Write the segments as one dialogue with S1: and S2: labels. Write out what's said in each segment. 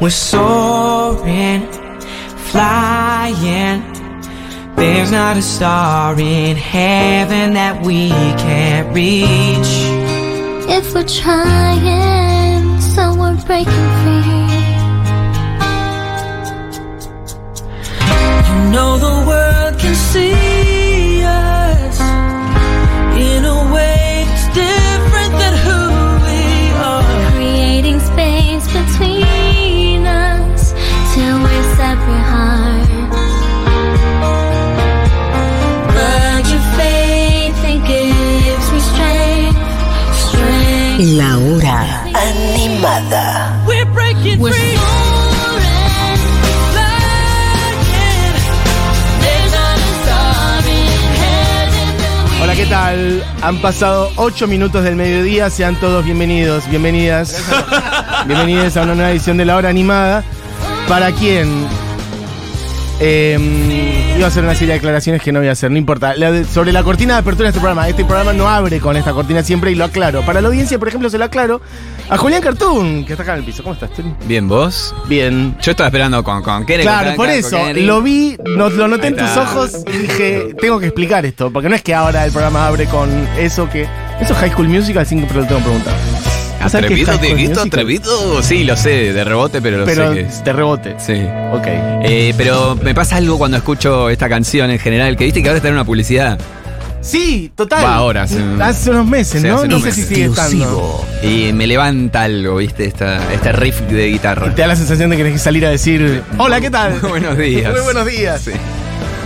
S1: We're soaring, flying. There's not a star in heaven that we can't reach.
S2: If we're trying, so we're breaking free.
S1: You know the world can see us in a way that's different than who we are.
S2: Creating space between us till we're separate hearts. But your faith it gives me strength, strength.
S3: La hora animada.
S1: We're breaking
S2: We're
S1: free.
S2: soaring,
S1: flying.
S2: there's not a star in heaven that we
S4: Hola, ¿qué tal? Han pasado 8 minutos del mediodía, sean todos bienvenidos, bienvenidas, bienvenidas a una nueva edición de La Hora Animada. ¿Para quién? Eh, iba a hacer una serie de declaraciones que no voy a hacer, no importa. La de- sobre la cortina de apertura de este programa, este programa no abre con esta cortina siempre y lo aclaro. Para la audiencia, por ejemplo, se lo aclaro a Julián Cartoon, que está acá en el piso. ¿Cómo estás, Tony?
S5: Bien, vos.
S4: Bien.
S5: Yo estaba esperando con, con Keren,
S4: Claro,
S5: con
S4: por
S5: Franca,
S4: eso,
S5: con Keren.
S4: lo vi, no- lo noté en
S5: Ahí
S4: tus
S5: está.
S4: ojos y dije, tengo que explicar esto, porque no es que ahora el programa abre con eso que... Eso es High School Musical, sin que te lo tengo preguntado. ¿Sabes qué es High
S5: Atrevido,
S4: School
S5: Dieguito,
S4: Musical?
S5: atrevido. Sí, lo sé, de rebote, pero lo
S4: Pero
S5: sé que es.
S4: te rebote.
S5: Sí.
S4: Ok.
S5: Eh, pero me pasa algo cuando escucho esta canción en general, que viste que ahora está en una publicidad.
S4: Sí, total.
S5: Va ahora, hace-
S4: Hace unos meses,
S5: Sí,
S4: ¿no?
S5: hace
S4: No
S5: unos
S4: sé si
S5: meses.
S4: sigue estando.
S5: Y me levanta algo, viste, esta, este riff de guitarra.
S4: Te da la sensación de que tenés que salir a decir, hola, ¿qué tal?
S5: Muy buenos días.
S4: Muy buenos días.
S5: Sí.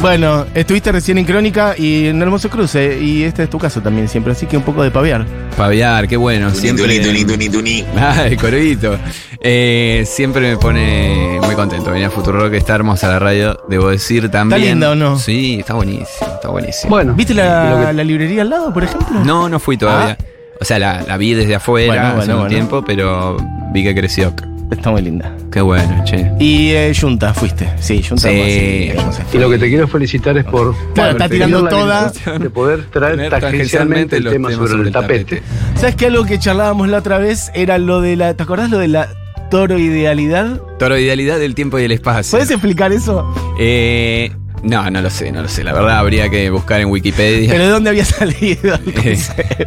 S4: Bueno, estuviste recién en Crónica y en Hermoso Cruce, y este es tu caso también siempre, así que un poco de paviar.
S5: Fabiar, qué bueno.
S6: Duni,
S5: Siempre.
S6: duni, duni, duni, duni.
S5: Ah, el corito. Eh, siempre me pone muy contento. Venir a Futuro Rock está hermosa la radio, debo decir también.
S4: linda o no?
S5: Sí, está buenísimo, está buenísimo.
S4: Bueno. ¿Viste la, la librería al lado, por ejemplo?
S5: No, no fui todavía. O sea, la, la vi desde afuera
S4: Ah. Bueno,
S5: hace
S4: bueno,
S5: un
S4: bueno.
S5: tiempo, pero vi que creció.
S4: Está muy linda.
S5: Qué bueno, che.
S4: Y eh, Junta, fuiste. Sí, Junta.
S5: Sí.
S4: vamos, sí.
S7: Y lo que te quiero felicitar es por
S4: Claro, está tirando
S7: tener la
S4: toda.
S7: bendición de poder traer
S5: Tener
S7: tangencialmente el tema sobre, el tapete.
S4: ¿Sabes que algo que charlábamos la otra vez era lo de la. ¿Te acordás lo de la toro idealidad?
S5: Toro idealidad del tiempo y el espacio.
S4: ¿Puedes explicar eso?
S5: Eh, no, no lo sé, no lo sé. La verdad habría que buscar en Wikipedia.
S4: ¿Pero de dónde había salido? el concepto?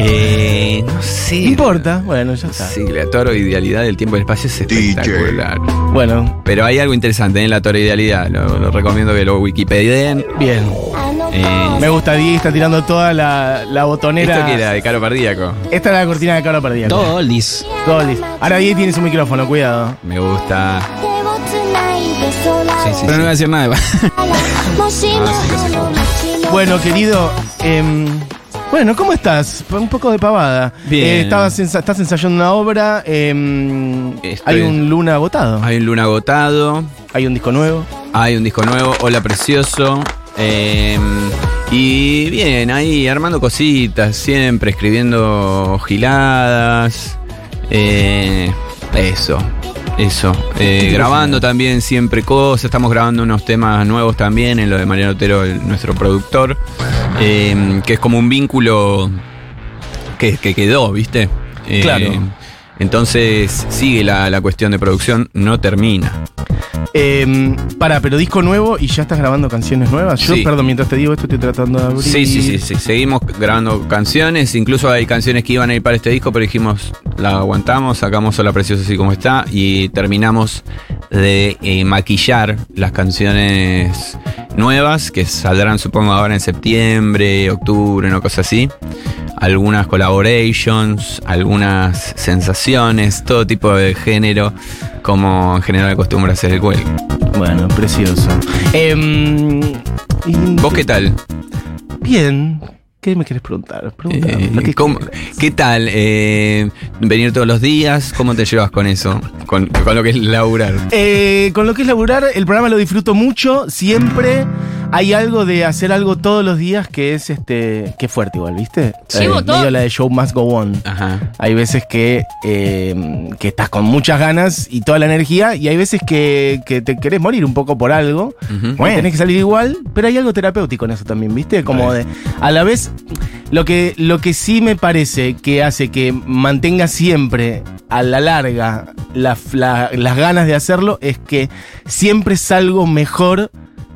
S5: eh, no sé.
S4: No importa. Bueno, ya está.
S5: Sí, la toro idealidad del tiempo y el espacio es
S6: DJ.
S5: espectacular.
S4: Bueno,
S5: Pero hay algo interesante en la toro idealidad. Lo, lo recomiendo que lo wikipedien.
S4: bien.
S5: Eh,
S4: Me gusta Diego, está tirando toda la, la botonera.
S5: Esto que era de Caro Pardíaco.
S4: Esta es la cortina de cara perdida.
S5: Tolis.
S4: Todo listo. Ahora Diego tiene su micrófono, cuidado.
S5: Me gusta. Sí, sí,
S2: Bueno,
S5: sí.
S8: decir nada.
S4: Bueno, querido, em, bueno, ¿cómo estás? Un poco de pavada.
S8: Bien.
S4: Eh, estabas ensa- estás ensayando una obra. em,
S5: Estoy-
S4: hay un Luna agotado.
S5: Hay un luna agotado.
S4: Hay un disco nuevo.
S5: Hay un disco nuevo, Hola Precioso. eh, y bien, ahí armando cositas, siempre escribiendo giladas. eh, eso, eso. Eh, grabando también siempre cosas. Estamos grabando unos temas nuevos también en lo de Mariano Otero, el- nuestro productor. eh, que es como un vínculo que, que quedó, ¿viste? Eh,
S4: Claro.
S5: Entonces sigue la, la cuestión de producción, no termina.
S4: Em, para, pero disco nuevo y ya estás grabando canciones nuevas. Yo,
S5: Sí.
S4: perdón, mientras te digo esto, estoy tratando de abrir.
S5: Sí, sí, sí, sí. Seguimos grabando canciones. Incluso hay canciones que iban a ir para este disco, pero dijimos, la aguantamos, sacamos Sola Preciosa así como está y terminamos de eh, maquillar las canciones nuevas que saldrán, supongo, ahora en septiembre, octubre, una cosa así. Algunas collaborations, algunas sensaciones, todo tipo de género, como en general acostumbra hacer el cuello.
S4: Bueno, precioso. Em, y-
S5: ¿Vos qué tal?
S4: Bien. ¿Qué me querés preguntar? Pregúntame,
S5: Eh,
S4: lo que
S5: ¿cómo-
S4: quieras.
S5: ¿Qué tal? eh, venir todos los días, ¿cómo te llevas con eso? Con, con lo que es laburar.
S4: Eh, con lo que es laburar, el programa lo disfruto mucho. Siempre hay algo de hacer algo todos los días que es este. que es fuerte igual, ¿viste? Eh,
S9: Llevo todo-
S4: medio la de Show Must Go On.
S5: Ajá.
S4: Hay veces que, eh, que estás con muchas ganas y toda la energía, y hay veces que, que te querés morir un poco por algo.
S5: Ujú.
S4: Bueno. Tenés que salir igual, pero hay algo terapéutico en eso también, ¿viste? Como de. A la vez, lo que, lo que sí me parece que hace que mantenga siempre a la larga la- la- las ganas de hacerlo es que siempre salgo mejor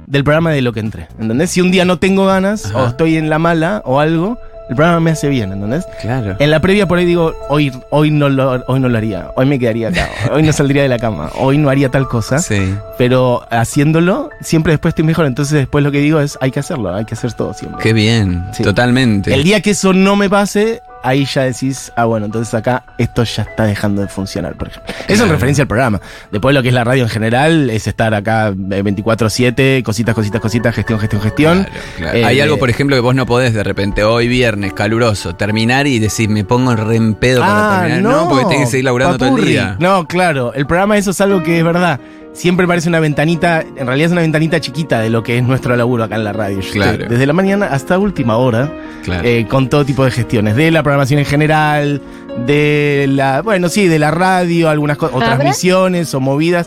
S4: del programa de lo que entré. ¿Entendés? Si un día no tengo ganas
S5: Ajá.
S4: o estoy en la mala o algo, el programa me hace bien, ¿entendés?
S5: Claro.
S4: En la previa por ahí digo, hoy, hoy, no, lo, hoy no lo haría, hoy me quedaría acá, hoy no saldría de la cama, hoy no haría tal cosa,
S5: Sí.
S4: pero haciéndolo siempre después estoy mejor, entonces después lo que digo es, hay que hacerlo, hay que hacer todo siempre.
S5: Qué bien.
S4: Sí.
S5: Totalmente.
S4: El día que eso no me pase, ahí ya decís, ah, bueno, entonces acá esto ya está dejando de funcionar, por ejemplo. Eso en
S5: Claro.
S4: referencia al programa. Después lo que es la radio en general es estar acá eh, 24-7, cositas, cositas, cositas, gestión, gestión, gestión.
S5: Claro, claro.
S4: Eh,
S5: Hay algo, por ejemplo, que vos no podés de repente, hoy viernes, caluroso, terminar y decir, me pongo en re en pedo para terminar. porque tenés que seguir laburando todo el
S4: papurri.
S5: día.
S4: Ah, No, claro, el programa eso es algo que es verdad. Siempre parece una ventanita, en realidad es una ventanita chiquita de lo que es nuestro laburo acá en la radio. Yo
S5: Claro.
S4: estoy Desde la mañana hasta última hora,
S5: Claro.
S4: eh, con todo tipo de gestiones, de la programación en general, de la, bueno, sí, de la radio, algunas cosas, o
S6: ¿Habrá?
S4: transmisiones, o movidas,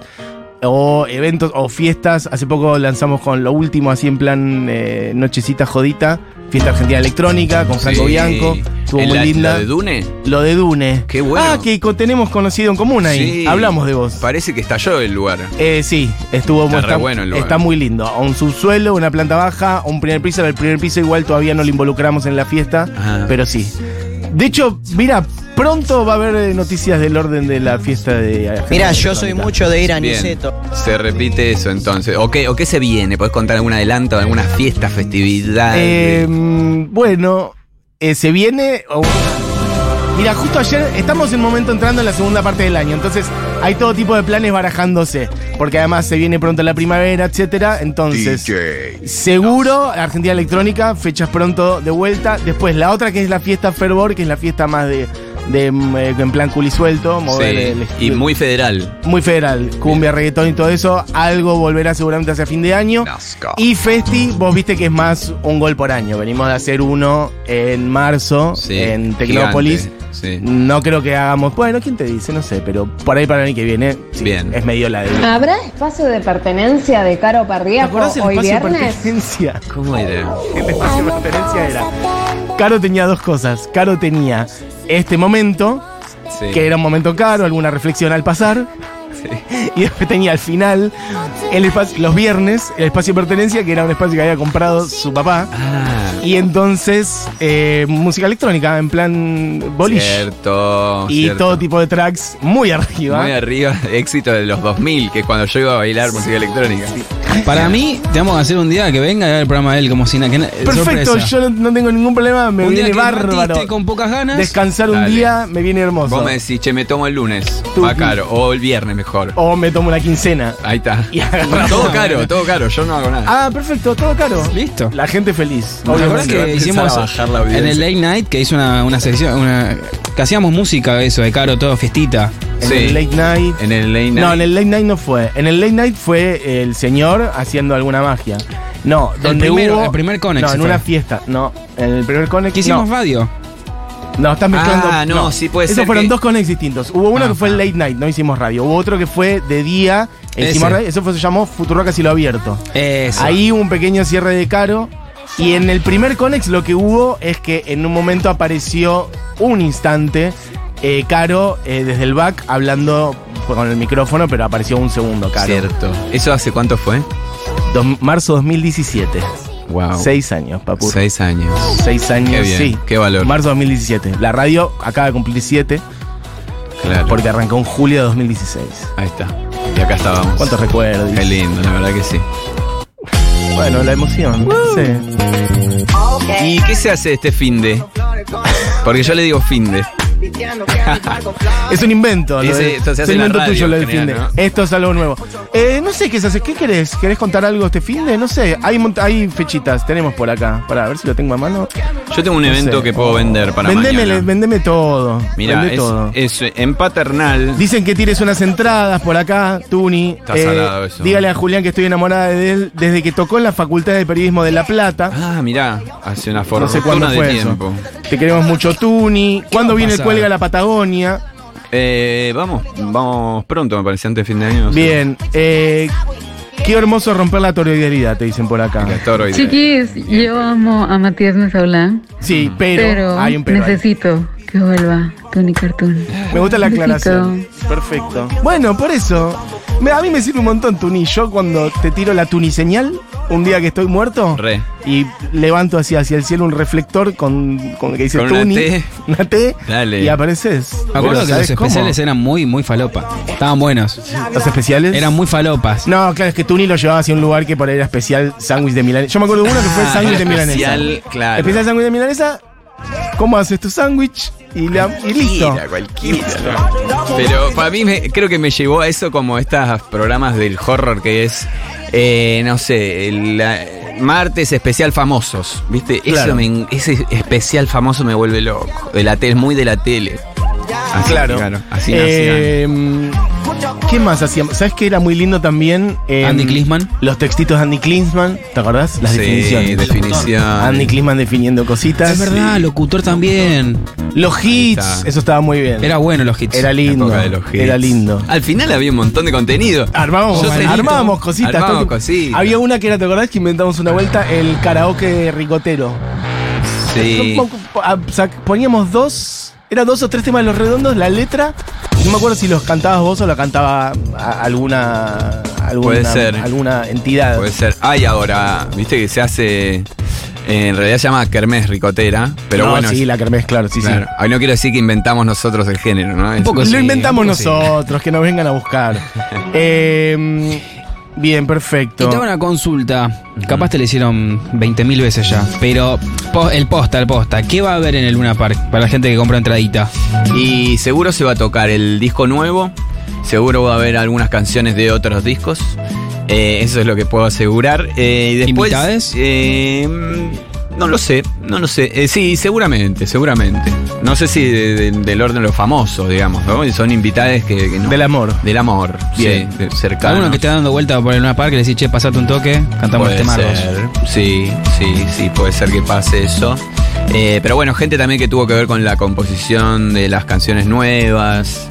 S4: o eventos, o fiestas. Hace poco lanzamos con lo último, así en plan eh, Nochecita Jodita, Fiesta Argentina Electrónica, con Franco
S5: Sí.
S4: Bianco. Estuvo
S5: ¿En
S4: muy
S5: la-
S4: linda.
S5: la de Dune?
S4: Lo de Dune.
S5: Qué bueno.
S4: Ah, que co- tenemos conocido en común ahí.
S5: Sí.
S4: Hablamos de vos.
S5: Parece que estalló el lugar.
S4: Eh, sí, estuvo
S5: Está
S4: muy
S5: re bueno el lugar.
S4: está muy lindo. A Un subsuelo, una planta baja, un primer piso. El primer piso igual todavía no lo involucramos en la fiesta,
S5: Ah.
S4: pero sí. De hecho, mira, pronto va a haber eh, noticias del orden de la fiesta de Argentina
S8: Mira, yo soy
S4: Electrónica.
S8: mucho de ir a
S5: Bien.
S8: Niceto.
S5: Se repite eso entonces. ¿O qué, ¿O qué se viene? ¿Podés contar algún adelanto, alguna fiesta, festividad?
S4: Eh, mm, bueno, eh, se viene. o- Mira, justo ayer estamos en momento entrando en la segunda parte del año, entonces hay todo tipo de planes barajándose, porque además se viene pronto la primavera, etcétera. Entonces, seguro Argentina Electrónica, fechas pronto de vuelta. Después la otra que es la fiesta Fervor, que es la fiesta más de, de, mm, eh, en plan culisuelto,
S5: Sí,
S4: mover el-
S5: y muy federal.
S4: muy federal, cumbia, reggaetón y todo eso. Algo volverá seguramente hacia fin de año. Y Festi, vos viste que es más un gol por año. Venimos de hacer uno en marzo
S5: Sí,
S4: en Tecnópolis.
S5: gigante, sí.
S4: No creo que hagamos. Bueno, ¿quién te dice? No sé, pero por ahí para el año que viene. sí,
S5: Bien.
S4: Es medio la de.
S6: ¿Habrá espacio de pertenencia de Caro
S4: Ah, ¿Te
S6: Pardiaco
S4: acordás el
S6: hoy
S4: espacio de
S6: viernes?
S4: pertenencia?
S5: ¿Cómo era?
S4: El espacio de pertenencia era. Caro tenía dos cosas. Caro tenía este momento,
S5: Sí.
S4: que era un momento caro, alguna reflexión al pasar. Y después tenía al final, el espacio, los viernes, el espacio de pertenencia, que era un espacio que había comprado su papá.
S5: Ah,
S4: Y entonces, eh, música electrónica, en plan boliche.
S5: Cierto.
S4: y
S5: cierto.
S4: todo tipo de tracks muy arriba.
S5: Muy arriba, éxito de los 2000, que es cuando yo iba a bailar música electrónica.
S9: Para mí, te vamos a hacer un día que venga y haga el programa de él como si nada. que na-
S4: Perfecto,
S9: sorpresa.
S4: yo no, no tengo ningún problema, me
S9: un día
S4: viene
S9: que
S4: bárbaro.
S9: matiste con pocas ganas.
S4: Descansar un
S5: Dale.
S4: día me viene hermoso.
S5: Vos me decís, che, me tomo el lunes,
S4: Tú-
S5: va caro, o el viernes mejor.
S4: O me tomo una quincena.
S5: Ahí está.
S4: Oh. Y agarramos.
S5: Todo caro, todo caro, yo no hago nada.
S4: Ah, perfecto, todo caro.
S9: Listo.
S4: La gente feliz.
S9: ¿Te acuerdas
S5: obviamente va a
S9: que
S5: empezar
S9: hicimos
S5: a bajar la
S9: en
S5: audiencia?
S9: el late night que hizo una, una sección, una, que hacíamos música eso de caro todo fiestita.
S4: En
S5: Sí.
S4: el late night.
S5: En el late
S4: No,
S5: night.
S4: en el late night no fue. En el late night fue el señor haciendo alguna magia. No,
S9: El
S4: donde
S9: primero,
S4: hubo.
S9: el primer Conex
S4: No, en
S9: fue.
S4: una fiesta. No, en el primer conex.
S9: Que hicimos
S4: no.
S9: radio.
S4: No, estás mezclando.
S5: Ah, no, sí puede
S4: Esos
S5: ser
S4: fueron
S5: que-
S4: dos conex distintos. Hubo uno
S9: Ah,
S4: que fue el late night, no hicimos radio. Hubo otro que fue de día, eh,
S9: Ese.
S4: hicimos radio. Eso fue, se llamó Futuroca Cielo Abierto.
S9: Eso.
S4: Ahí hubo un pequeño cierre de caro. Y en el primer conex lo que hubo es que en un momento apareció un instante eh, Caro eh, desde el back hablando con el micrófono, pero apareció un segundo Caro.
S5: Cierto. ¿Eso hace cuánto fue?
S4: Dos- marzo 2017.
S5: Wow.
S4: Seis años, papu.
S5: Ah, Seis años.
S4: Seis años,
S5: Qué bien,
S4: sí.
S5: qué valor.
S4: Marzo 2017. La radio acaba de cumplir siete.
S5: Claro.
S4: Porque arrancó en julio de 2016.
S5: Ahí está. Y acá estábamos.
S4: ¿Cuántos recuerdos?
S5: Qué lindo, la verdad que sí.
S4: Bueno, la emoción. Sí.
S5: ¿Y qué se hace este fin de? Porque yo le digo fin de.
S4: Es un invento. lo
S5: Ese-
S4: de-
S5: esto se
S4: es un
S5: hace en la
S4: invento
S5: radio,
S4: tuyo lo
S5: en
S4: del
S5: general,
S4: finde. Esto es algo nuevo. Eh, no sé qué se hace. ¿Qué querés? ¿Querés contar algo este finde? No sé. Hay, mont- hay fechitas. Tenemos por acá. Para ver si lo tengo a mano.
S5: Yo tengo un
S4: No
S5: evento
S4: sé.
S5: que puedo vender para
S4: vendeme,
S5: mañana.
S4: vendeme todo.
S5: Mirá,
S4: Vendé
S5: es,
S4: todo.
S5: es eh, en paternal.
S4: Dicen que tires unas entradas por acá, Tuni. Eh,
S5: Está salado eso.
S4: Dígale a Julián que estoy enamorada de él desde que tocó en la Facultad de Periodismo de La Plata.
S5: Ah, mirá, hace una
S4: No
S5: fortuna
S4: sé cuándo
S5: de
S4: fue
S5: tiempo.
S4: eso. Te queremos mucho, Tuni. ¿Cuándo
S9: va a
S4: viene el
S9: pasar?
S4: cuelga a la Patagonia?
S5: Eh, vamos, vamos pronto, me parece, antes de fin de año. no sé.
S4: Bien. eh, Qué hermoso romper la toroidealidad, te dicen por acá.
S5: El toro y de-
S8: Chiquis, yo amo a Matías Mesaulán,
S9: Mm.
S4: Sí, pero,
S8: pero,
S4: hay un pero. ahí.
S8: necesito que vuelva Tony Cartoon.
S4: Me gusta la
S8: Necesito.
S4: aclaración. Perfecto. Bueno, por eso. me- a mí me sirve un montón Tuni. Yo cuando te tiro la Tuni señal, un día que estoy muerto,
S5: Re.
S4: y levanto así hacia el cielo un reflector con, con que dice
S5: Con una
S4: Tuni.
S5: T.
S4: una T,
S5: Dale.
S4: Y apareces.
S9: Me acuerdo que los
S4: ¿Sabes cómo?
S9: especiales eran muy, muy falopa. Estaban buenos.
S4: ¿Los especiales?
S9: Eran muy falopas.
S4: No, claro, es que Tuni lo llevaba hacia un lugar que por ahí era especial sándwich de milanesa. Yo me acuerdo de uno que fue
S5: Ah,
S4: sándwich de milanesa.
S5: especial, claro.
S4: Especial sándwich de milanesa. ¿Cómo haces tu sándwich? Y, la- y listo.
S5: Cualquiera, cualquiera. Pero para mí me- creo que me llevó a eso como estos programas del horror que es, eh, no sé, el, la- martes especial famosos, ¿viste?
S4: Claro.
S5: Eso me en- ese especial famoso me vuelve loco. De la tele, muy de la tele. Así,
S4: Claro.
S5: Así
S4: Eh, ¿Qué más hacíamos? ¿Sabes qué era muy lindo también? Eh,
S9: Andy Klisman.
S4: Los textitos de Andy Klinsman. ¿Te acordás? Las
S5: Sí,
S4: definiciones.
S5: definición.
S4: Andy Klinsman definiendo cositas.
S9: Es verdad, locutor también.
S4: Los
S5: Ahí
S4: hits.
S5: está.
S4: Eso estaba muy bien.
S9: Era bueno los hits.
S4: Era lindo.
S5: época de los hits.
S4: Era lindo. Ah,
S5: Al final había un montón de contenido.
S4: Armábamos,
S5: Yo tenía-
S4: armábamos cositas.
S5: Armábamos
S4: todo el tiempo.
S5: cositas.
S4: Había una que era, ¿te acordás que inventamos una vuelta? El karaoke ricotero.
S5: Sí.
S4: Ah, sac- Poníamos dos, era dos o tres temas de los redondos, la letra. No me acuerdo si los cantabas vos o la cantaba a- alguna, alguna,
S5: Puede ser.
S4: alguna entidad.
S5: Puede ser. Hay ahora, viste que se hace. eh, En realidad se llama Kermés Ricotera. Pero
S4: No,
S5: bueno.
S4: sí, la Kermés, claro, sí,
S5: claro. Ahí no quiero decir que inventamos nosotros el género, ¿no? Es-
S9: Un poco
S4: sí.
S9: sí,
S4: Lo inventamos
S9: un poco sí.
S4: nosotros, que nos vengan a buscar. Eh, bien,
S9: Y te hago
S4: perfecto.
S9: una consulta. Capaz te la hicieron 20.000 veces ya. Pero po- el posta, el posta. ¿Qué va a haber en el Luna Park para la gente que compra entradita?
S5: Y seguro se va a tocar el disco nuevo. Seguro va a haber algunas canciones de otros discos. Eh, eso es lo que puedo asegurar. Eh, y después.
S9: ¿Invitades?
S5: eh, mm, no lo sé, no lo sé. Eh, sí, seguramente, seguramente. No sé si de- de- del orden de los famosos, digamos, ¿no? Y Son invitades que, que no-
S4: Del amor.
S5: Del amor,
S4: Bien.
S5: sí, de- cercano.
S9: Alguno que esté dando vuelta por el Luna Park y le decís, che, pasate un toque, cantamos
S5: Puede
S9: este marros.
S5: ser, sí, sí, sí, puede ser que pase eso. Eh, pero bueno, gente también que tuvo que ver con la composición de las canciones nuevas.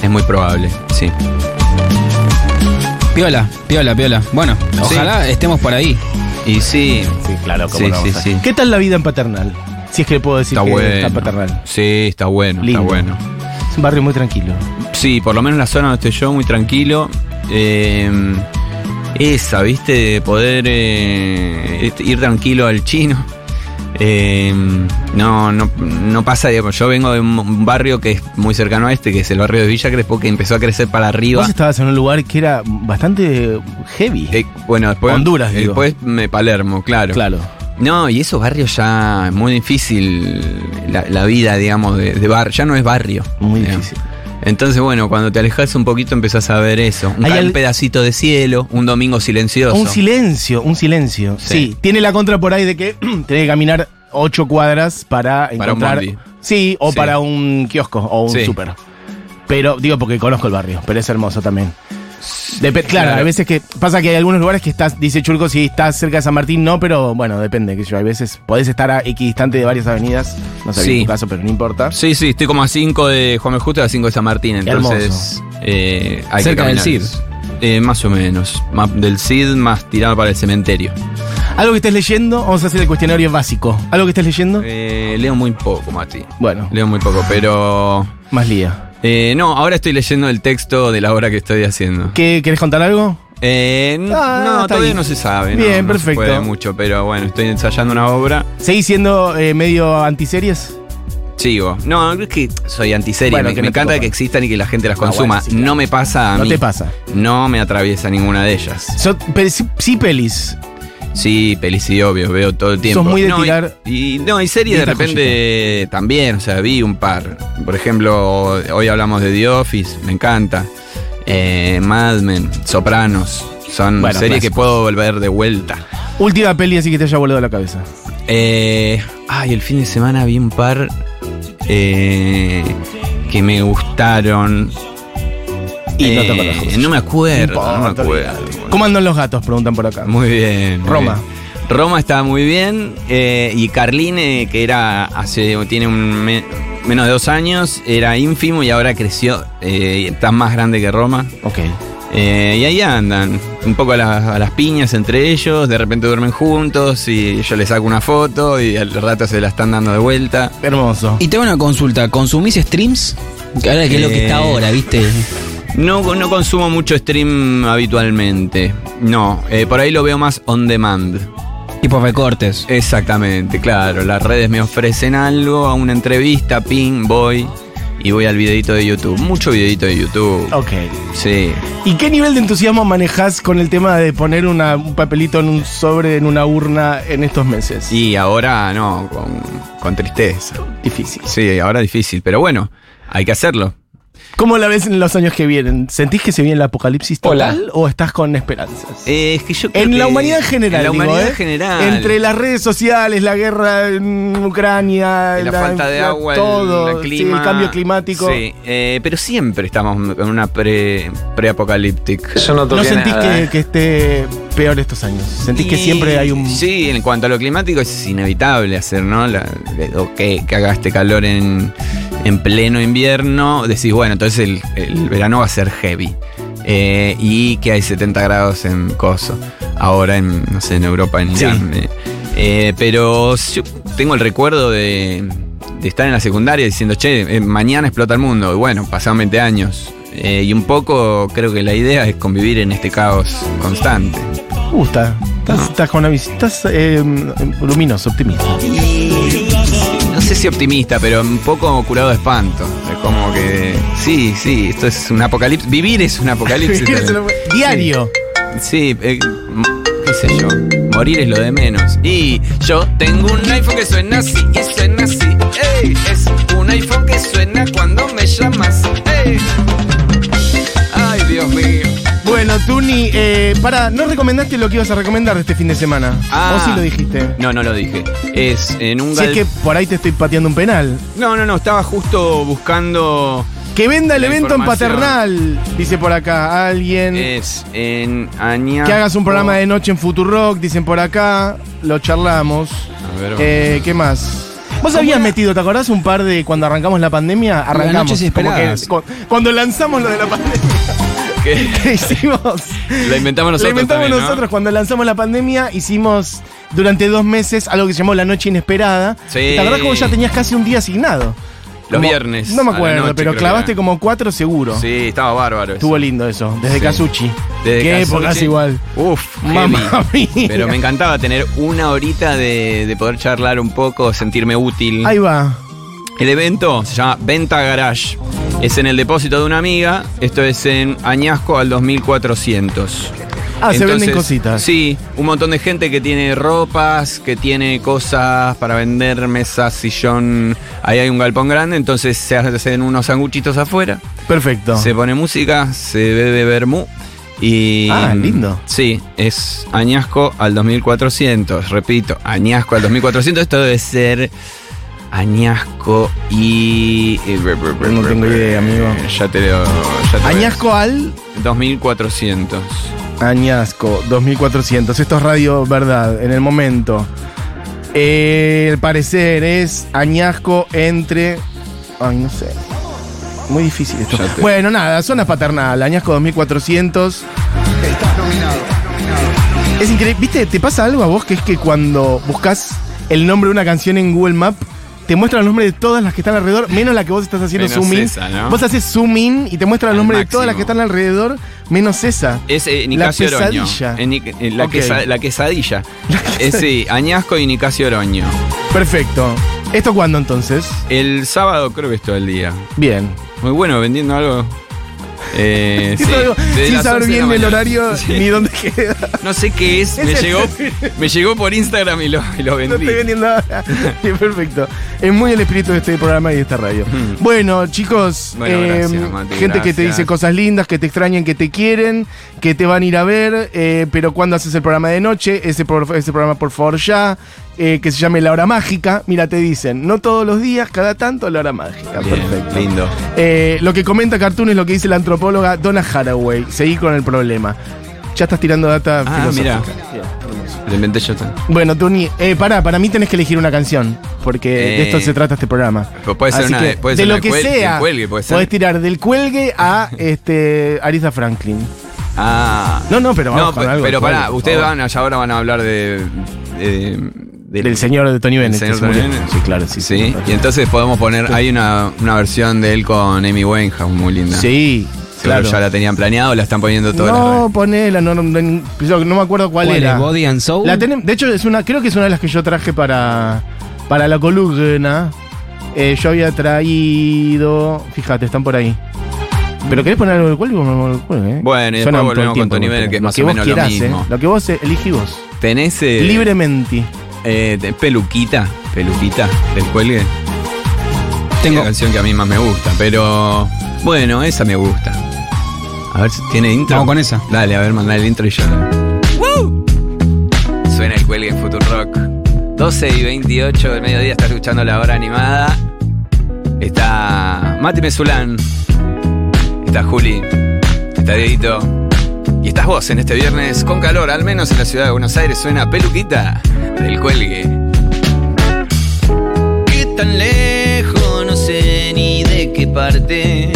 S5: Es muy probable, sí.
S9: Piola, piola, piola. Bueno, ojalá estemos por ahí.
S5: Y sí.
S4: Sí, claro, cómo
S5: sí,
S4: no,
S5: sí,
S4: vamos a-
S5: sí.
S4: ¿Qué tal la vida en paternal? Si es que puedo decir
S5: Está
S4: que
S5: bueno.
S4: está paternal.
S5: Sí, está bueno,
S4: Lindo.
S5: está bueno.
S4: Es un barrio muy tranquilo.
S5: Sí, por lo menos la zona donde estoy yo, muy tranquilo. Eh, esa, viste, de poder eh, este, ir tranquilo al chino. Eh, no, no, no pasa, digamos, yo vengo de un- un barrio que es muy cercano a este, que es el barrio de Villa Crespo, que empezó a crecer para arriba.
S4: Vos estabas en un lugar que era bastante heavy.
S5: Eh, bueno, después. eh,
S4: Honduras, digo.
S5: Después me Palermo, claro.
S4: Claro.
S5: No, y esos barrios ya es muy difícil la, la vida, digamos, de, de bar. Ya no es barrio.
S4: Muy
S5: digamos.
S4: difícil.
S5: Entonces, bueno, cuando te alejas un poquito empezás a ver eso. Un,
S4: Hay
S5: ca- un
S4: al-
S5: pedacito de cielo, un domingo silencioso.
S4: Un silencio, un silencio. Sí.
S5: Sí.
S4: tiene la contra por ahí de que tenés que caminar ocho cuadras para
S5: un
S4: encontrar.
S5: bondi.
S4: sí, o
S5: Sí.
S4: para un kiosco o un
S5: Sí.
S4: súper. Pero digo porque conozco el barrio, pero es hermoso también. Depe- claro,
S5: Claro.
S4: hay veces que pasa que hay algunos lugares que estás, dice Churco, si estás cerca de San Martín, no, pero bueno, depende. Que yo, hay veces podés estar a equidistante de varias avenidas, no sé
S5: Sí.
S4: en tu caso, pero no importa.
S5: Sí, sí, estoy como a 5 de Juan B. Justo y a 5 de San Martín. Entonces, eh, hay
S9: Cerca
S5: que
S9: del
S5: caminar.
S9: CID.
S5: Eh, más o menos. Más- del CID más tirado para el cementerio.
S4: Algo que estés leyendo, vamos a hacer el cuestionario básico. Algo que estés leyendo,
S5: Eh, leo muy poco, Mati.
S4: bueno,
S5: Leo muy poco, pero.
S4: más lía.
S5: eh, no, ahora estoy leyendo el texto de la obra que estoy haciendo.
S4: ¿Qué querés contar algo?
S5: Eh, n-
S4: Ah, está
S5: no, todavía
S4: bien.
S5: no se sabe. no,
S4: Bien,
S5: no se
S4: perfecto.
S5: puede mucho, pero bueno, estoy ensayando una obra.
S4: ¿Seguís siendo eh, medio antiseries?
S5: Sigo. No, no es que soy antiserie.
S4: Bueno,
S5: me
S4: que
S5: me
S4: no te
S5: encanta
S4: copa.
S5: que existan y que la gente las
S4: Ah, bueno,
S5: consuma.
S4: sí, claro.
S5: No me pasa a
S4: No
S5: mí.
S4: te pasa.
S5: No me atraviesa ninguna de ellas.
S4: So- pe- sí, sí pelis.
S5: Sí, pelis y obvio, veo todo el tiempo.
S4: Sos muy de
S5: No, y-
S4: tirar-
S5: Y, no, y series de
S4: Vista
S5: repente también, o sea, vi un par. Por ejemplo, hoy hablamos de The Office, me encanta. Eh, Mad Men, Sopranos. Son
S4: Bueno,
S5: series
S4: clásicos.
S5: que puedo volver de vuelta.
S4: Última peli así que te haya volado la cabeza.
S5: Eh, ay, el fin de semana vi un par eh, que me gustaron.
S4: Y no te
S5: Eh,
S4: acordás.
S5: no me acuerdo,
S4: Importa,
S5: no me acuerdo.
S4: olvidate. ¿Cómo andan los gatos? Preguntan por acá.
S5: Muy bien. muy
S4: Roma.
S5: bien. Roma estaba muy bien. eh, y Carline, que era hace. tiene un me- menos de dos años, era ínfimo y ahora creció. eh, está más grande que Roma.
S4: Ok.
S5: Eh, y ahí andan, un poco a, las- a las piñas entre ellos, de repente duermen juntos y yo les saco una foto y al rato se la están dando de vuelta.
S4: Hermoso.
S9: Y tengo una consulta, ¿consumís streams? Ahora que es lo que está
S5: Eh.
S9: ahora, ¿viste?
S5: No, no consumo mucho stream habitualmente, no, eh, por ahí lo veo más on demand.
S9: Tipo recortes.
S5: Exactamente, claro. Las redes me ofrecen algo, a una entrevista, ping, voy y voy al videito de YouTube. Mucho videito de YouTube.
S4: Ok.
S5: Sí.
S4: ¿Y qué nivel de entusiasmo manejás con el tema de poner una- un papelito en un sobre, en una urna en estos meses?
S5: Y ahora no, con, con tristeza.
S4: Difícil.
S5: Sí, ahora difícil, pero bueno, hay que hacerlo.
S4: ¿Cómo la ves en los años que vienen? ¿Sentís que se viene el apocalipsis total o estás con esperanzas?
S5: Eh, es que yo creo
S4: en la
S5: que-
S4: humanidad en general.
S5: En la
S4: digo,
S5: humanidad
S4: ¿eh?
S5: en general.
S4: Entre las redes sociales, la guerra en Ucrania,
S5: la, falta de
S4: la-
S5: agua, el-
S4: todo,
S5: el,
S4: sí,
S5: clima.
S4: cambio climático.
S5: Sí, eh, pero siempre estamos con una pre- pre-apocalíptica.
S7: Yo no toqué
S4: ¿No sentís
S7: nada,
S4: que,
S7: ¿eh?
S4: que esté peor estos años? ¿Sentís que
S5: Y-
S4: siempre hay un...
S5: Sí, en cuanto a lo climático es inevitable hacer, ¿no? La- o que, que haga este calor en, en pleno invierno, decís, bueno, entonces el, el verano va a ser heavy. Eh, y que hay 70 grados en Coso, ahora en, no sé, en Europa, en
S4: Sí.
S5: Irán. eh. Eh, pero yo tengo el recuerdo de, de estar en la secundaria diciendo, che, eh, mañana explota el mundo. Y bueno, pasaron 20 años. Eh, y un poco creo que la idea es convivir en este caos constante.
S4: Uh, está- estás, estás con una vis- Estás eh, luminoso, optimista.
S5: No sé si optimista, pero un poco curado de espanto. Es como que. Sí, sí, esto es un apocalipsis. Vivir es un apocalipsis. también.
S4: Diario.
S5: sí, eh, m- qué sé yo. Morir es lo de menos. Y yo tengo un iPhone que suena así y suena así. Ey, es un iPhone que suena cuando me llamas. Ey. Ay, Dios mío.
S4: Bueno, Tuni, eh, para, no recomendaste lo que ibas a recomendar este fin de semana.
S5: Ah.
S4: ¿O sí lo dijiste?
S5: No, no lo dije. Es en un
S4: Si es
S5: gal-
S4: que por ahí te estoy pateando un penal.
S5: No, no, no. Estaba justo buscando.
S4: Que venda el
S5: La
S4: evento en
S5: información. Eh,
S4: Paternal, dice por acá alguien.
S5: Es en Aña.
S4: que hagas un programa
S5: Oh.
S4: de noche en Futurock, dicen por acá. Lo charlamos.
S5: A ver,
S4: Eh, ¿Qué más? Vos habías metido, ¿te acordás un par de cuando arrancamos la pandemia? Arrancamos.
S9: noches
S4: como que
S9: esperadas.
S4: cu- cuando lanzamos lo de la pandemia,
S5: ¿qué?
S4: ¿qué hicimos?
S5: La inventamos
S4: La
S5: nosotros.
S4: inventamos
S5: también, ¿no?
S4: nosotros. Cuando lanzamos la pandemia, hicimos durante dos meses algo que se llamó La Noche Inesperada.
S5: Sí.
S4: ¿Te acordás que vos ya tenías casi un día asignado?
S5: Los
S4: Como-
S5: viernes
S4: No me
S5: a la
S4: acuerdo,
S5: noche,
S4: pero
S5: creo que
S4: clavaste
S5: era.
S4: como cuatro seguro.
S5: Sí, estaba bárbaro. eso.
S4: Estuvo lindo eso, desde
S5: Sí.
S4: Casucci.
S5: Desde
S4: Qué
S5: Casucci.
S4: épocas igual.
S5: Uf,
S4: Mamma
S5: heavy.
S4: mía.
S5: Pero me encantaba tener una horita de, de poder charlar un poco, sentirme útil.
S4: Ahí va.
S5: El evento se llama Venta Garage. Es en el depósito de una amiga. Esto es en Añasco al 2400.
S4: Ah, se
S5: Entonces,
S4: venden cositas.
S5: Sí, un montón de gente que tiene ropas, que tiene cosas para vender, mesas, sillón. Ahí hay un galpón grande, entonces se hacen unos sanguchitos afuera.
S4: Perfecto.
S5: Se pone música, se bebe vermú y...
S4: Ah, lindo.
S5: Sí, es Añasco al 2400, repito, Añasco al 2400, esto debe ser Añasco y... eh,
S4: No tengo idea, amigo.
S5: Ya te lo... ya te lo-
S4: Añasco al
S5: 2400.
S4: Añasco 2400. Esto es Radio Verdad en el momento. Eh, el parecer es Añasco entre. Ay, no sé. Muy difícil esto.
S5: Ya te-
S4: Bueno, nada, zona paternal. Añasco 2400. Es increíble. ¿Viste? ¿Te pasa algo a vos que es que cuando buscas el nombre de una canción en Google Map, te muestra el nombre de todas las que están alrededor, menos la que vos estás haciendo
S5: Menos
S4: zoom in?
S5: esa, ¿no?
S4: Vos haces zoom in y te muestra el
S5: Al
S4: nombre de todas las que
S5: máximo.
S4: están alrededor, menos esa.
S5: Es eh, Nicasio
S4: La
S5: Oroño.
S4: quesadilla.
S5: Es Nic- eh, la,
S4: Ok.
S5: quesa- la quesadilla. Eh, sí, Añasco y Nicasio Oroño.
S4: Perfecto. ¿Esto cuándo entonces?
S5: El sábado creo que es todo el día.
S4: Bien.
S5: Muy bueno, vendiendo algo. Eh, sí,
S4: Esto digo,
S5: desde
S4: sin
S5: las
S4: saber
S5: 11 de la
S4: bien el
S5: mañana.
S4: horario
S5: Sí.
S4: ni dónde queda.
S5: No sé qué es, me
S4: Es el-
S5: llegó, me llegó por Instagram y lo, y lo
S4: No
S5: vendí.
S4: estoy vendiendo nada. Bien, Perfecto. Es muy el espíritu de este programa y de esta radio.
S5: Mm.
S4: Bueno, chicos,
S5: Bueno,
S4: eh,
S5: gracias, Mati,
S4: gente que te
S5: gracias.
S4: dice cosas lindas, que te extrañan, que te quieren, que te van a ir a ver, eh, pero cuando haces el programa de noche, ese, por- ese programa por favor ya, eh, que se llame La Hora Mágica, mira, te dicen, no todos los días, cada tanto La Hora Mágica.
S5: Bien,
S4: Perfecto.
S5: Lindo.
S4: Eh, lo que comenta Cartoon es lo que dice la antropóloga Donna Haraway. Seguí con el problema. Ya estás tirando data
S5: Ah,
S4: filosófica.
S5: Lo inventé yo también.
S4: Bueno, Tuni, eh, pará, para mí tenés que elegir una canción. Porque de
S5: Eh.
S4: esto se trata este programa.
S5: Pero puede ser
S4: Así
S5: una-
S4: que,
S5: puede
S4: de
S5: ser
S4: lo
S5: una
S4: que
S5: cuel-
S4: sea,
S5: del cuelgue, puede ser.
S4: podés tirar del cuelgue a este Aretha Franklin.
S5: Ah.
S4: No, no, pero vamos con
S5: pe-
S4: algo
S5: pero
S4: actual,
S5: pará,
S4: por
S5: ustedes
S4: favor.
S5: van allá ahora van a hablar de. de- de-
S4: Del señor de Tony
S5: del
S4: Bennett. que
S5: señor
S4: se murió.
S5: Bennett.
S4: Sí, claro, sí.
S5: Sí, y entonces podemos poner. Hay una, una versión de él con Amy Winehouse muy linda.
S4: Sí,
S5: Seguro
S4: claro.
S5: ya la tenían planeado, la están poniendo todas las
S4: No, ponela, no, no, no, yo no me acuerdo cuál,
S9: ¿Cuál
S4: era.
S9: es? ¿Body and Soul?
S4: La tenem- de hecho, es una, creo que es una de las que yo traje para, para la columna. Eh, yo había traído. Fíjate, están por ahí. ¿Pero querés poner algo del cual? ¿eh?
S5: Bueno, y después volvemos con Tony Bennett, que es más o menos lo mismo.
S4: Lo que vos eh, elegí vos.
S5: ¿Tenés eh,
S4: Libremente.
S5: eh, de- peluquita? Peluquita del cuelgue. Tengo.
S9: Tengo-
S5: La canción que a mí más me gusta, pero. Bueno, esa me gusta. A ver si tiene intro.
S9: Vamos con esa.
S5: Dale, a ver, mandá el intro y ya. Suena el cuelgue en Future Rock. 12 y 28 del mediodía está escuchando la hora animada. Está Mati Mesulán. Está Juli. Está Dieguito. Y estás vos en este viernes con calor, al menos en la ciudad de Buenos Aires suena peluquita del cuelgue. ¿Qué tan lejos? No sé ni de qué parte.